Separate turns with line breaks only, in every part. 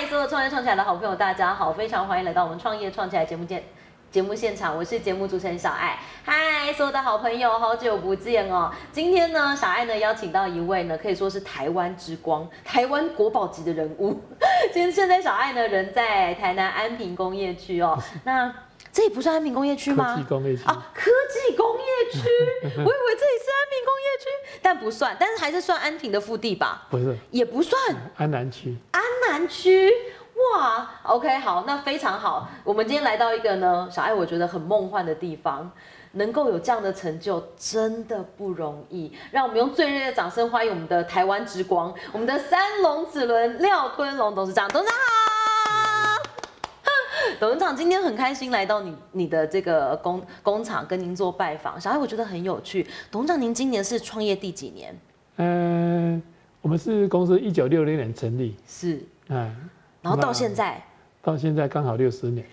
业创起来的好朋友，大家好，非常欢迎来到我们创业创起来节目见。节目现场，我是节目主持人小爱。嗨，所有的好朋友，好久不见哦！今天呢，小爱呢邀请到一位呢，可以说是台湾之光、台湾国宝级的人物。 今天现在小爱呢人在台南安平工业区 哦，那这里不是安平工业区吗？
科技工业区
啊，科技工业区，我以为这里是安平工业区，但不算，但是还是算安平的腹地吧，
不是
也不算
安南区，
安南区。哇，OK，好，那非常好。我们今天来到一个呢，小爱我觉得很梦幻的地方，能够有这样的成就真的不容易。让我们用最热烈的掌声欢迎我们的台湾之光，我们的三龙子轮廖坤龙董事长，董事长好。董事长今天很开心来到你你的这个工工厂跟您做拜访，小爱我觉得很有趣。董事长，您今年是创业第几年？
嗯、我们是公司一九六零年成立，
是，
嗯，
然后到现在
到现在刚好六十年，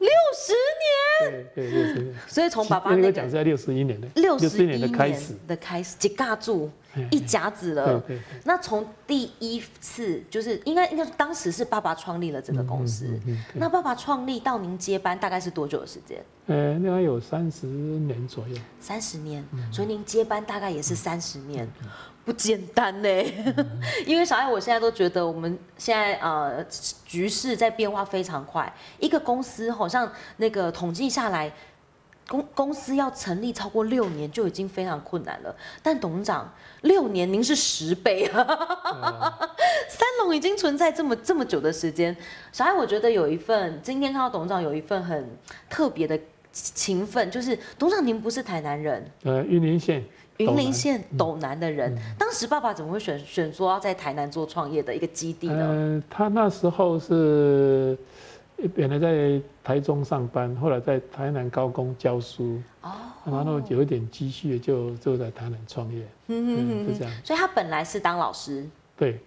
六十年，
对对，六十 年。
所以从爸爸
那
那
个
个
讲是在六十一年的，
六十
十
一
一年的开始，
的开始，几尬住
嗯
一甲子
对
了。
对
那从第一次就是应该应该是当时是爸爸创立了这个公司，
嗯嗯嗯
那爸爸创立到您接班大概是多久的时间？
对，呃，那还有三十年左右，
三十年，所以您接班大概也是三十年，不简单呢。 因为小爱，我现在都觉得我们现在呃局势在变化非常快，一个公司好像那个统计下来。公公司要成立超过六年就已经非常困难了，但董事长六年您是十倍啊！
呃
三龙已经存在这么这么久的时间，小爱我觉得有一份今天看到董事长有一份很特别的勤奋，就是董事长您不是台南人，
呃，云林县，
云林
县。
县斗南的人，
嗯
当时爸爸怎么会选选说要在台南做创业的一个基地呢？
呃，他那时候是本来在台中上班，后来在台南高工教书，
哦，
然后有一点积蓄就就在台南创业，嗯，就这样。
所以他本来是当老师，
对，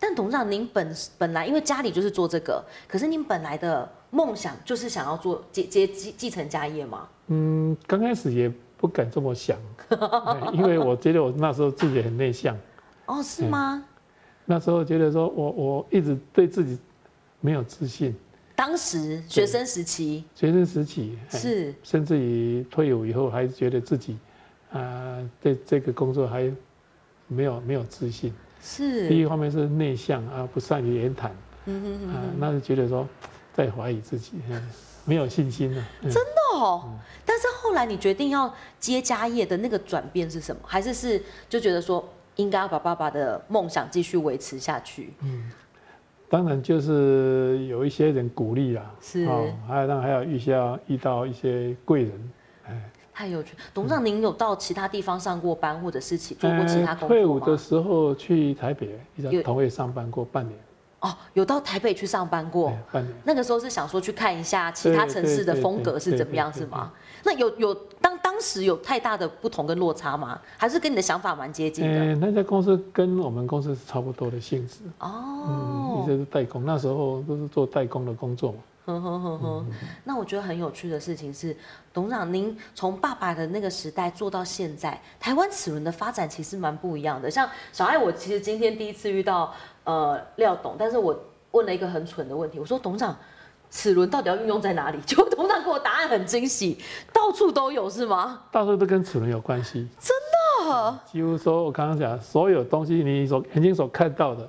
但董事长您本本来因为家里就是做这个，可是您本来的梦想就是想要做接接继继承家业嘛？
嗯，刚开始也不敢这么 想，哎因为我觉得我那时候自己很内向，
哦，是吗？
嗯那时候觉得说我我一直对自己没有自信，
当时学生时期
学生时期，哎
是
甚至于退伍以后，还觉得自己啊、对这个工作还没有没有自信。第
是，
一方面是内向啊，不善于言谈
嗯哼
啊，那就觉得说在怀疑自己，嗯没有信心了、嗯
真的哦。但是后来你决定要接家业的那个转变是什么？还是是就觉得说应该要把爸爸的梦想继续维持下去？
嗯当然就是有一些人鼓励啦，哦
是
还有当然还有遇下遇到一些贵人，哎
太有趣，董事长，您有到其他地方上过班，或者是起做过其他
嗯呃
工
退
作
伍
吗？
的时候去台北一
有
家同业上班过半年，
哦，有到台北去上班过
哎。半年。
那个时候是想说去看一下其他城市的风格是怎么样，是
对对对对
吗？那有有当当时有太大的不同跟落差吗？还是跟你的想法蛮接近的？
呃，那家公司跟我们公司是差不多的性质，呃嗯，一
哦，
些是代工，那时候都是做代工的工作嘛，
呵呵呵呵。那我觉得很有趣的事情是，董事长您从爸爸的那个时代做到现在，台湾齿轮的发展其实蛮不一样的。像小爱，我其实今天第一次遇到呃廖董，但是我问了一个很蠢的问题，我说董事长。齿轮到底要运用在哪里？ 结果董事长给我答案很惊喜，到处都有是吗？
到处都跟齿轮有关系。嗯
哦，
几乎说，我刚刚讲，所有东西你所眼睛所看到的，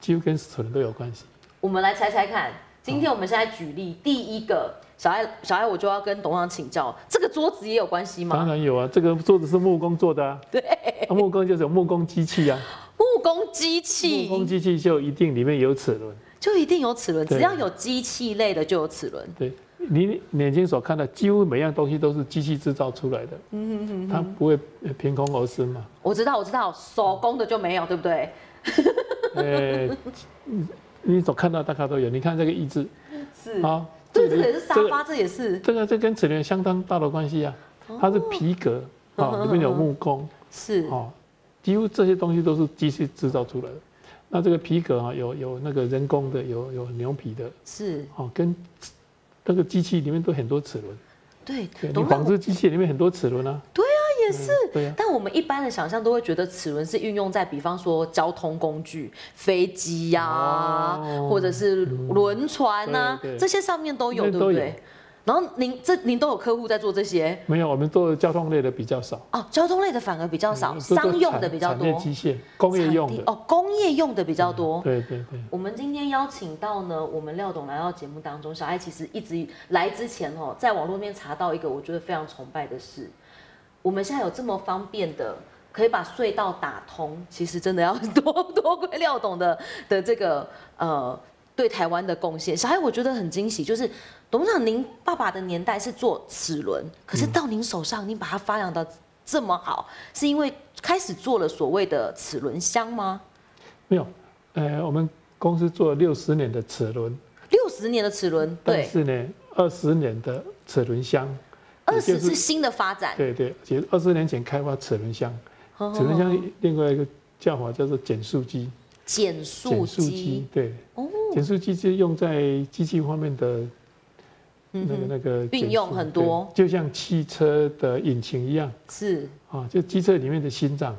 几乎跟齿轮都有关系。
我们来猜猜看。今天我们现在举例，第一个小爱，小爱我就要跟董事长请教，这个桌子也有关系
当
吗？
然有啊，这个桌子是木工做的啊，
对，
啊木工就是有木工机器啊，
木工机
木工
器
机器就一定里面有齿轮。
就一定有齿轮，
对
只要有机器类的就有齿轮。
对你眼睛所看到，几乎每样东西都是机器制造出来的，嗯它不会呃凭空而生嘛。
我知道，我知道，手工的就没有，对不对？
呃，你你所看到大概都有。你看这个椅子
是，嗯
啊，
对，这
里
个也是沙
这个
发，哦这也是，
这个这跟齿轮相当大的关系啊，它是皮革
嗯
啊，里面有木工。
是
哦，几乎这些东西都是机器制造出来的。那这个皮革啊，有有那个人工的，有有牛皮的，
是，
哦，跟那个机器里面都很多齿轮。
对
对，你
董事长
纺织机器里面很多齿轮啊，
对啊，也是。
对啊，
但我们一般的想象都会觉得齿轮是运用在，比方说交通工具、飞机呀、
哦嗯
或者是轮船呐、
对对
这些上面都有，
那
对
都
不
有
对？然后您这您都有客户在做这些
没有，我们做交通类的比较少，
哦，交通类的反而比较哦少，
嗯这都
商用的
产
比较
产业
多，
机械、工业用
产地
的，
哦，工业用的比较多。
对对对，
我们今天邀请到呢，我们廖董来到节目当中，小艾其实一直来之前哦，在网络面查到一个我觉得非常崇拜的事，我们现在有这么方便的。可以把隧道打通，其实真的要多多亏廖董的的这个呃对台湾的贡献。小艾我觉得很惊喜，就是董事长您爸爸的年代是做齿轮，可是到您手上，您把它发扬到这么好，是因为开始做了所谓的齿轮箱吗？
没有，呃，我们公司做了六十年的齿轮，
六十年的齿轮，
但
对，
是呢，二十年的齿轮箱，
二
也就
十是新的发展，
对对，其实二十年前开发齿轮箱，
呵呵
齿轮
呵
箱另外一个叫法叫做减速机，
减速
减速
机
机，对，
哦，
减速机是用在机器方面的那
嗯
个
哼，
那个减速
运用很多
对就像汽车的引擎一样
是
啊，就机车里面的心脏，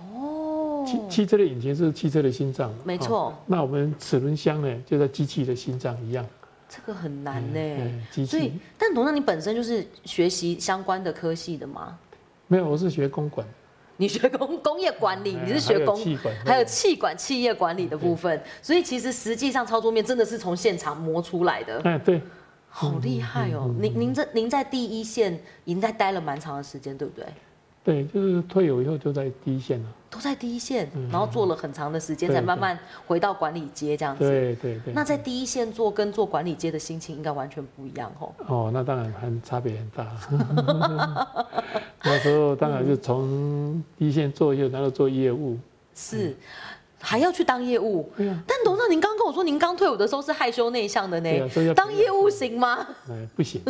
哦，
汽汽车的引擎是汽车的心脏，
没
啊。
错，
那我们齿轮箱呢，就在机器的心脏一样，
这个很难呢。
嗯，机
所以
器，
但董事长你本身就是学习相关的科系的吗？
没有，我是学公管，
你学工工业管理，
哎
你是学
还有
工。
气管，
还有气管企业管理的部分，所以其实实际上操作面真的是从现场磨出来的，
哎对，
好厉害
嗯
哦！您您这您在第一线已经在待了蛮长的时间，对不对？
对，就是退友以后就在第一线了。
都在第一线，然后做了很长的时间，
嗯对
才慢慢回到管理阶这样子。
对对对。
啊那在第一线做跟做管理阶的心情应该完全不一样哦。
哦，那当然很差别很大。 那时候当然是从第一线做业务，然后做业务。
嗯是，还要去当业务。
嗯对啊，
但董事长，您刚跟我说您刚退伍的时候是害羞内向的
对
呢
啊，，所以要
当业务行吗？
哎不行，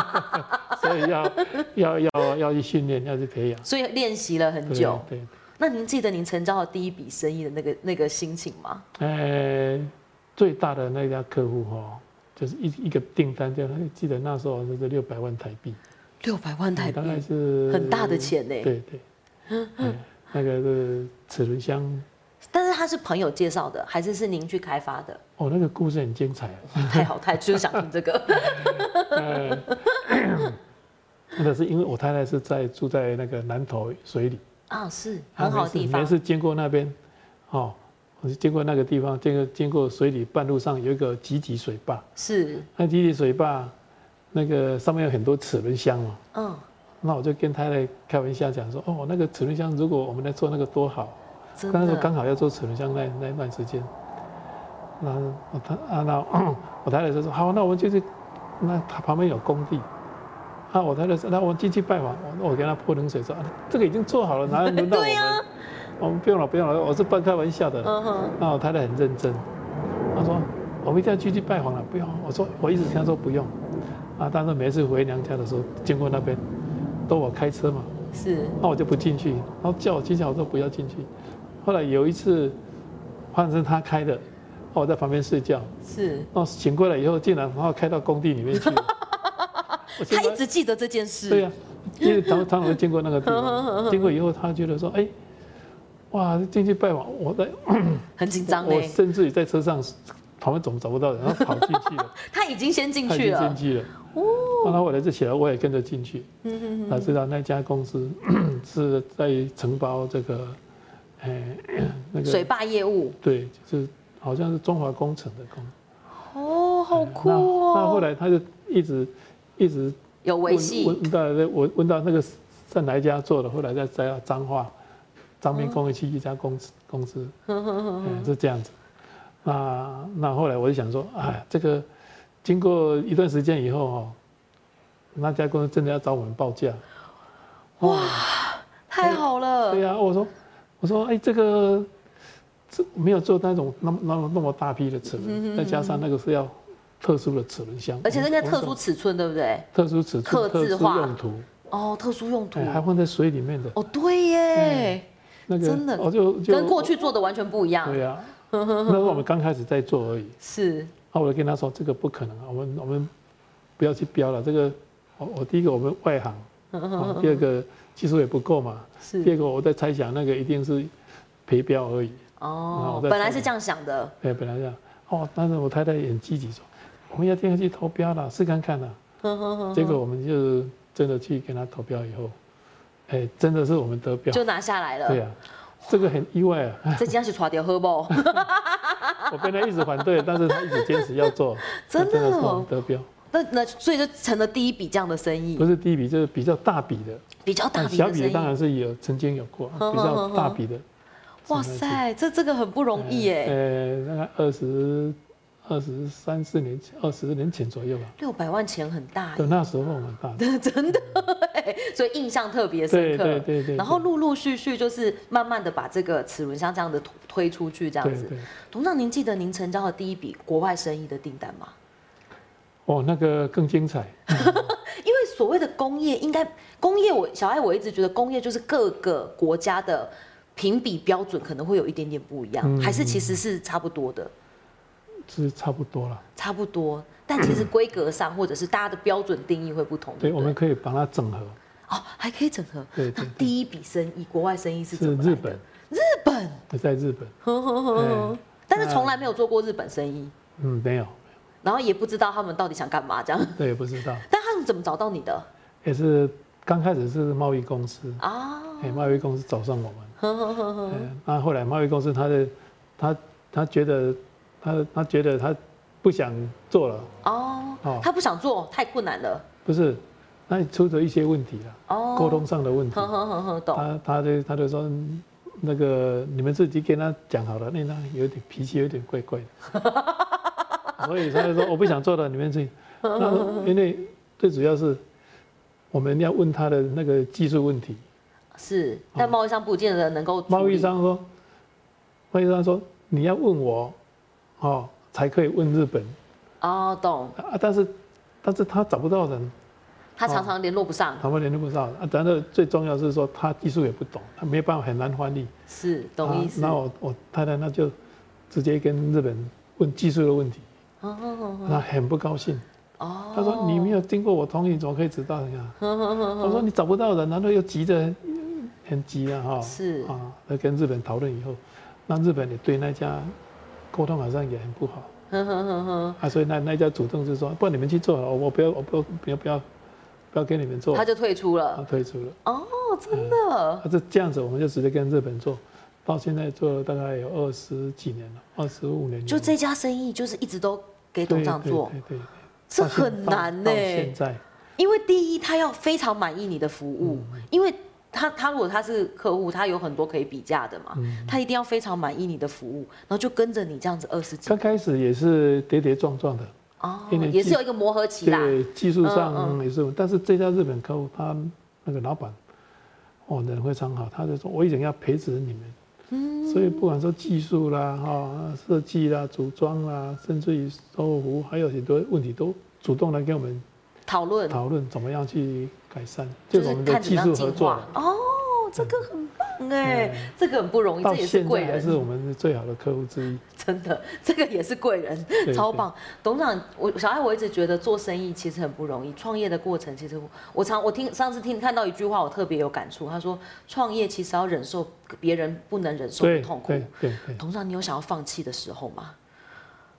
所以要要要要去训练，要去培养。
所以练习了很
对
久。
对，
那您记得您成交的第一笔生意的那个那个心情吗？
呃，最大的那家客户哦，就是一一个订单，就记得那时候就是六百万台币，
六百万台币
大，概是
很大的钱呢。
对对，嗯那个是齿轮箱，
但是他是朋友介绍的，还是是您去开发 的？
哦，那个故事很精彩啊。呃
太好太，就是想听这个。
那是因为我太太是在住在那个南投水里，
啊，是
她
很好
每
的
次
地方
每。次经过那边，哦，我就经过那个地方，经过经过水里半路上有一个集集水坝，
是，
那集集水坝那个上面有很多齿轮箱嘛，
嗯，
那我就跟太太开玩笑讲说，哦，那个齿轮箱如果我们来做那个多好，
真
那时候
的，
刚好要做齿轮箱那那一段时间，那我他啊那我太太就说好，那我们就去，那他旁边有工地，啊我太太说那我们进去拜访，我我给他泼冷水说、啊、这个已经做好了，哪轮到 我
对啊
们？
呀、
我们不用了不用了，我是半开玩笑哦的。
嗯哼，
那我太太很认真，她说我们一定要继续拜访了，不用。我说我一直跟她说不用，啊，但是每次回娘家的时候经过那边，都我开车嘛，
是，
那我就不进去，然后叫我进去，我说不要进去。后来有一次，换成他开的，哦我在旁边睡觉，
是，
然后醒过来以后，竟然然后开到工地里面去。 我
他
现在
一直记得这件事，
对呀、因为常常会经过那个地
嗯 嗯嗯
方，经过以后，他觉得说，哎、哇，进去拜访，我在
很紧张
我
哎，
甚至于在车上旁边怎么找不到人，然后跑进去了，
他已经 先进
他已
去
经进
了，哦
去了。然后我来这起来，我也跟着进去。
嗯
才知道那家公司是在承包这个，哎，那
哼，水
个
坝业务，
对，就是好像是中华工程的工。
哦，好酷
那那后
哦，
来他就一直一直
有维系，
问到我问到那个在哪一家做的，后来在在彰化彰滨
哦
工业区一家公司公司，嗯，是这样子。那那后来我就想说，哎，这个经过一段时间以后哦，那家公司真的要找我们报价。哇！
太好了
对，呀、我说，我说，哎，这个这没有做那种那么那么那么大批的齿
嗯
轮，再加上那个是要特殊的齿轮箱，
而且那
我
个
们
特殊尺寸，对不对？
特殊尺寸、
刻
特
字
殊
化
用途，
哦，特殊用途
哎，还放在水里面的
哦，对耶，
那个，
真的
我就就
跟过去做的完全不一样
对，呀、 那是我们刚开始在做而已。
是，
啊，我就 跟他说这个不可能啊，我们我们不要去标了，这个我我第一个我们外行，哦第二个技术也不够嘛，第
是
二个我在猜想那个一定是陪标而已。那
哦
我，再
本来
说
是这样想的，
哎，本来这样，哦，但是我太太也很积极说，我们要电去投标了，试看看啦。 结果我们就是真的去跟他投标以后，哎，真的是我们得标，
就拿下来
对
了。
呀、这个很意外啊！
这样是耍掉喝 不？
我本来一直反对，但是他一直坚持要做，
真的
那真的是我
哦
们得标，
那那所以就成了第一笔这样的生意
不，是第一笔，就是比较大笔的，
比较嗯哦大
但
笔
小
的
笔
生
的当
意。
然是有曾经有过，
哼
比较大笔的，
哇塞，这这个很不容易耶，
呃，大概二十二十三四年前，二十年前左右吧，
六百万钱很大耶
对，那时候很大，
所以印象特别深
对
刻。
对对对，
然后陆陆续续就是慢慢的把这个齿轮箱这样的推推出 去，这样
对
子。
对，
董事长，您记得您成交的第一笔国外生意的订单吗？
哦，那个更精彩，
因为所谓的工业，应该工业我小爱我一直觉得工业就是各个国家的评比标准可能会有一点点不一样，
嗯
还是其实是差不多的，
是差不多了。
差不多。但其实规格上或者是大家的标准定义会不同，
对，
不
我们可以把它整合，
哦还可以整合。
对对
那第一笔生意，国外生 意是怎
是
么来的
日本，
日本，
在日本，
呵呵呵呵
哎
但是从来没有做过日本生意，
嗯，没有，
然后也不知道他们到底想干嘛这样。
这也不知道，
但他们怎么找到你的
也是刚开始是贸易公司，
啊？ 哦
哎、贸易公司找上我们，
呵呵呵呵，
哎那、后来贸易公司他的他他觉得他他觉得他不想做了，
哦
哦，
他不想做，太困难了。
不是，那你出了一些问题了，
哦，
沟通哦上的问题，
呵呵呵呵，懂。
他他就他就说。嗯那个你们自己跟他讲好了，那他有点脾气有点怪怪的， 所以他就说我不想做了，你们自己。那因为最主要是我们要问他的那个技术问题，
是，但贸易商不见得能够处理
哦贸易商说，贸易商说你要问我，哦，才可以问日本
哦，懂。
啊，但是但是他找不到人，
他常常联络不上，
他们联络不上啊。然后最重要是说他技术也不懂，他没办法很难翻译。
是懂意思。
啊那我我太太那就直接跟日本问技术的问题，
呵呵呵
那很不高兴。
哦，
他说你没有经过我同意，怎么可以知道呀？
呵呵呵
我说你找不到人，然后又急着很急啊哈。
是
啊，那跟日本讨论以后，那日本也对那家沟通好像也很不好
呵呵呵呵，
啊，所以那那家主动就说，不然你们去做好了，我不要，我不要，不要不要，不要给你们做
他，就退出
他
了。
退出了。
哦，真的
啊，这这样子我们就直接跟日本做，到现在做了大概有二十几年了，二十五年了。
就这家生意就是一直都给董事
对
长做，
对对对，
这
到现
很难欸呢
到。到现在，
因为第一，他要非常满意你的服务，
嗯
因为他他如果他是客户，他有很多可以比价的嘛，
嗯
他一定要非常满意你的服务，然后就跟着你这样子二十几
刚开始也是跌跌撞撞的，
哦
因为，
也是
技
有一个磨合期啦。
对技术
嗯
上也是，但是这家日本客户他那个老板，哦人非常好，他就说我已经要培植你们。
嗯
所以不管说技术啦、哈、设计啦、组装啦，甚至于售后服务，还有很多问题都主动来跟我们
讨论，
讨论怎么样去改善，
就
就是我们的
看怎
技
么
术
样
合
进
作啊
化
了。
哦，这个很棒哎，这个很不容易，
到
这也是
现
贵
在还是
人，
我们最好的客户之一。
真的，这个也是贵人，
对
超棒。董事长，我小爱我一直觉得做生意其实很不容易，创业的过程其实我我常我听上次听看到一句话，我特别有感触，他说创业其实要忍受别人不能忍受的
对
痛苦
对。对对，
董事长，你有想要放弃的时候吗？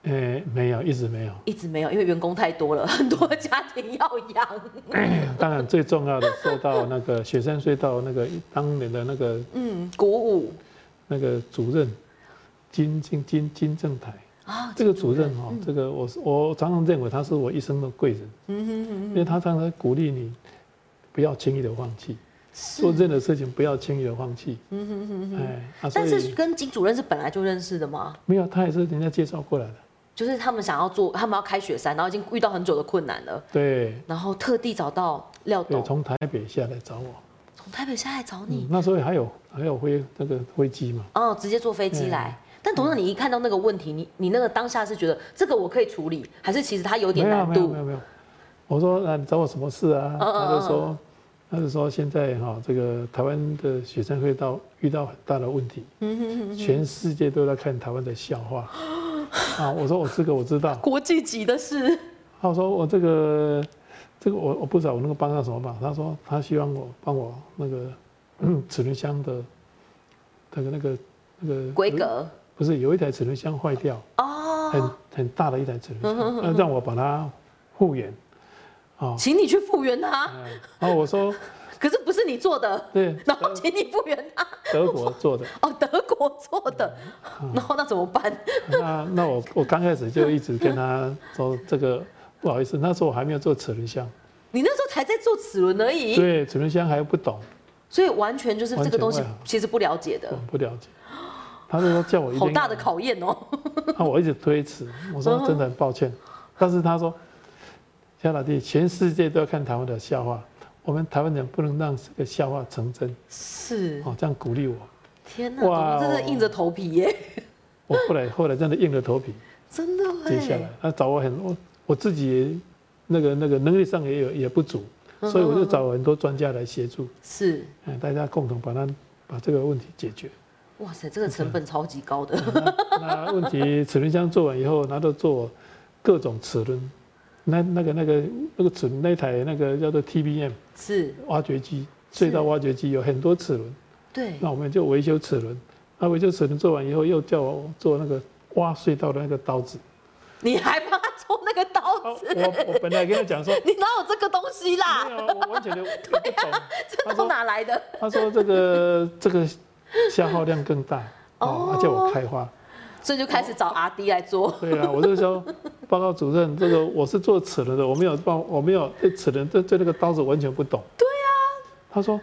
呃，没有，一直没有。
一直没有，因为员工太多了， 很多家庭要养。
当然，最重要的受到那个雪山隧道那个当年的那个
嗯，鼓舞
那个主任金金金金正台
啊，
这个主任哦，这个我是我常常认为他是我一生的贵人，
嗯
因为他常常鼓励你不要轻易的放弃，
是嗯
做任何事情不要轻易的放弃。哎，啊，所
但是
以
跟金主任是本来就认识的吗？
没有，他也是人家介绍过来的。
就是他们想要做，他们要开雪山，然后已经遇到很久的困难了，
对
然后特地找到廖
对，
董，
从台北下来找我，
从台北下来找
嗯
哦你，
那时候还有还有飞那个飞机嘛。
哦，直接坐飞机来。但董事长，
嗯
你一看到那个问题，你你那个当下是觉得这个我可以处理，还是其实它有点
没有
难
没有
度
没？有没有，我说啊，你找我什么事啊？
嗯嗯
他就说，他就说现在哈、这个台湾的雪山隧道遇到很大的问题，
嗯
全世界都在看台湾的笑 话啊。我说我这个我知道，
国际级的事，
他说我这个这个我我不知道我那个帮他什么忙，他说他希望我帮我那个 齿轮箱的那个那个那 个
规格
不是有一台齿轮箱坏掉，很
哦，嗯
很大的一台齿轮箱，那让我把它复原。哦，
请你去复原它，
嗯然后我说
可是不是你做的，
对，
然后请你复原它，
德国做的，
哦，德国做的，
嗯
然后那怎么办？
那那我我刚开始就一直跟他说这个不好意思，那时候我还没有做齿轮箱，
你那时候才在做齿轮而已，
对，齿轮箱还不懂，
所以完全就是这个东西
完全会啊
其实不了解的
我，不了解。他就说叫我一
好
定
大的嗯考验哦。
啊，我一直推辞，我说真的很抱歉，但是他说，小老弟，全世界都要看台湾的笑话，我们台湾人不能让这个笑话成真
是，
哦，这样鼓励我，
天哪，
哇哦
我真的硬着头皮耶，
我后来后来真的硬着头皮
真的
接下来
哎，，
他找我很我我自己也那个那个能力上也有也不足，所以我就找很多专家来协助，
是，
嗯，大家共同把它把这个问题解决。
哇塞，这个成本超级高的，
嗯那问题齿轮箱做完以后，拿到做各种齿轮，那那个那个那个齿轮那一台那个叫做 TBM
是，
挖掘机，
是
隧道挖掘机有很多齿轮，
对，
那我们就维修齿轮。那维修齿轮做完以后，又叫我做那个挖隧道的那个刀 子。
你还帮他抽那个
哦
刀子，
我我本来跟他讲 说，
你哪有这个东西啦
没？有，我完全就不懂。
这
他
都
说
哪来的？
他说这个 这个消耗量更大，
哦
哦，他叫我开花。
所以就开始找阿迪来做。
对啊，我就说报告主任，这个我是做齿轮的，我没有报，我没有对齿轮对对那个刀子完全不懂。对啊，他说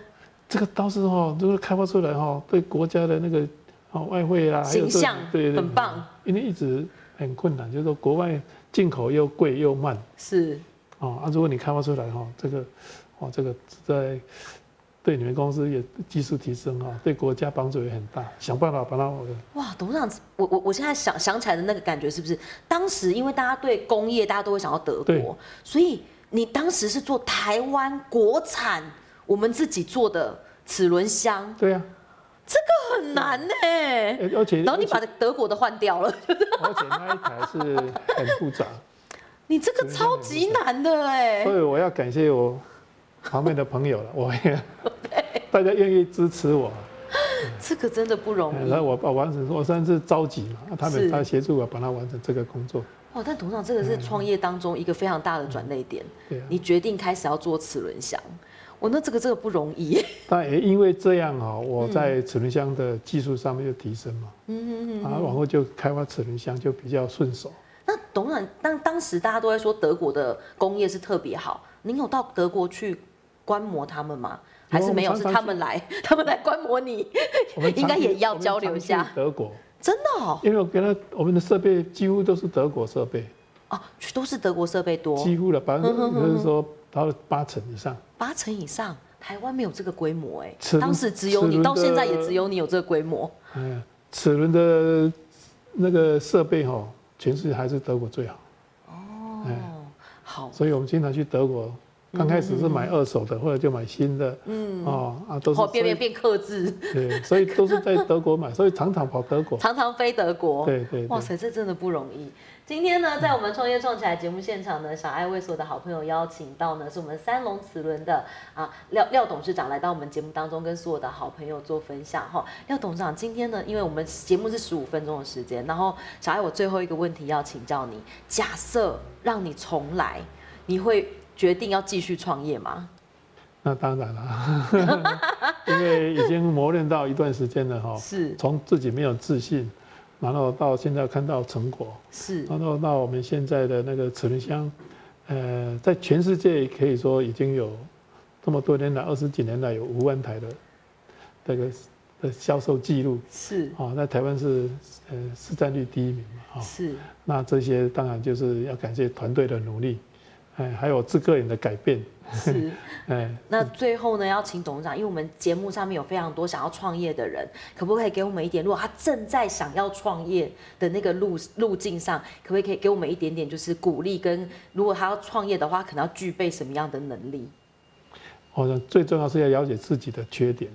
这个刀子哦，如果开发出来哦，对国家的那个哦外汇啊，还有
形象
这对对
很棒，
因为一直很困难，就是说国外进口又贵又慢
是，
哦，啊，如果你开发出来哦，这个哦这个在对你们公司也技术提升哦，对国家帮助也很大，想办法把它
哇，董事长，我我我现在想想起来的那个感觉是不是？当时因为大家对工业，大家都会想到德
对
国，所以你当时是做台湾国产我们自己做的齿轮箱，
对啊，
很难
嗯
呢、
而而且
然后你
而且
把德国的换掉了，
而且那一台是很复杂，
你这个超级难的 哎、
所以我要感谢我旁边的朋友了， 我也大家愿意支持我，哎
这个真的不容易
然。后我把完成，我算是着急嘛，啊他
是
们他协助我把它完成这个工作，
哇，哦但董事长，这个是创业当中一个非常大的转捩点，
对啊，
你决定开始要做齿轮箱，我那这个这个不容易，
但也因为这样啊、我在齿轮箱的技术上面就提升嘛，
嗯嗯嗯嗯。
啊，往后就开发齿轮箱就比较 顺手。
那董事长，当当时大家都在说德国的工业是特别好，您有到德国去观摩他们吗？还是没有？
我
是
们
他们来， 他们来观摩你，
我们常
应该也
去
要
我们
交
常
流一
去
下
德国，
真的哦，
因为我跟他我们的设备几乎都是德国设备，
哦，都是德国设备多，
几乎了
嗯
百分之就是说达到八成以上。
八成以上，台湾没有这个规模哎、
齿轮
当时只有
齿
你，
轮
到现在
的
也只有你有这个规模，
嗯，齿轮的那个设备哈、全世界还是德国最好，哎
哦，好，
所以我们经常去德国。刚开始是买二手的，或者就买新的，嗯，哦啊，都是
后变变变克制，
所以对，所以都是在德国买，所以常常跑德国。
常常飞德国，
对对
哦哇
对，
塞，这真的不容易。今天呢，在我们创业创起来节目现场呢，小爱为所有的好朋友邀请到呢，是我们三龙齿轮的啊廖廖董事长来到我们节目当中，跟所有的好朋友做分享哈。廖董事长，今天呢，因为我们节目是十五分钟的时间，然后小爱我最后一个问题要请教你：假设让你重来，你会决定要继续创业吗？
那当然了， 因为已经磨练到一段时间了哈、
是
从自己没有自信，然后到现在看到成果，
是
然后到我们现在的那个齿轮箱，呃，在全世界可以说已经有这么多年来，二十几年来有五万台的这个的销售记录
是
啊、那台湾是呃市占率第一名嘛啊、
是，
那这些当然就是要感谢团队的努力，哎，还有自个人的改变，
是
哎，
那最后呢，要请董事长，因为我们节目上面有非常多想要创业的人，可不可以给我们一点？如果他正在想要创业的那个路路径上，可不可以可以给我们一点点就是鼓励？跟如果他要创业的话，可能要具备什么样的能力？
我想最重要是要了解自己的缺点，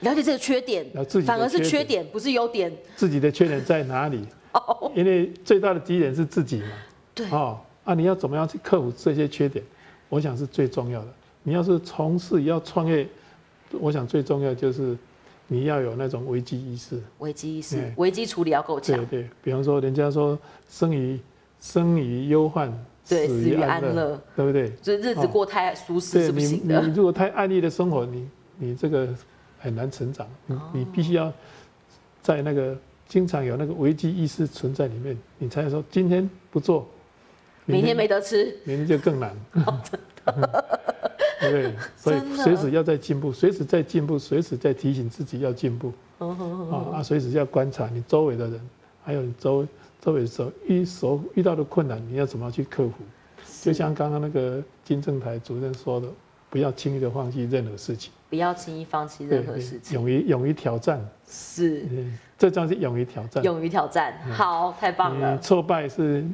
了解这个缺点
了解自，己的
反而是缺
缺
点，不是优点。
自己的缺点在哪里，因为最大的敌人是自己嘛。
对，
哦，啊，你要怎么样去克服这些缺点？我想是最重要的。你要是从事要创业，我想最重要就是你要有那种危机意识。
危机意识
对、
危机处理要够强
对，对，比方说人家说生于生于忧患，
对，
死
死
于
于安
安乐，
乐，
对不对？
所以日子
哦
过太舒适
对
是不
你
行
你
的。
如果太安逸的生活，你你这个很难成长。
哦
你你必须要在那个经常有那个危机意识存在里面，你才说今天不做，
明天没得吃，
明天就更 难。对不对？所
真
以
的
随时要在进步，随时在进步，随时在提醒自己要进步。
嗯哦
啊，啊，随时要观察你周围的人，还有你周周围所遇所遇到的困难，你要怎么去克服？就像刚刚那个金正台主任说的，不要轻易的放弃任何事情，
不要轻易放弃任何事情，
勇于勇于挑战，
是
嗯这叫是勇于挑战。啊
勇于挑战。
嗯
好，太棒
你
了，
挫败是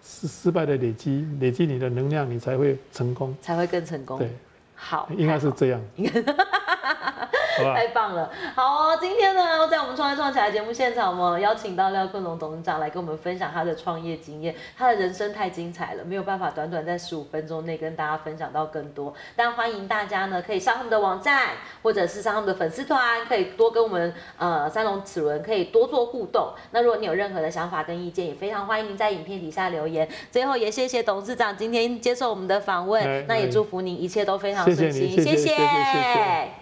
是失败的累积，累积你的能量，你才会成功。
才会更成功。
对，
好，
应该是这样。好 吧
太，棒了！好哦、今天呢，在我们创业创起来节目现场，我们邀请到廖坤龙董事长来跟我们分享他的创业经验。他的人生太精彩了，没有办法短短在十五分钟内跟大家分享到更多。但欢迎大家呢，可以上他们的网站，或者是上他们的粉丝团，可以多跟我们呃三龙齿轮可以多做互动。那如果你有任何的想法跟意见，也非常欢迎您在影片底下留言。最后也谢谢董事长今天接受我们的访
哎
问，那也
哎
祝福您一切都非常
谢谢
顺心，
你谢谢谢谢谢谢
谢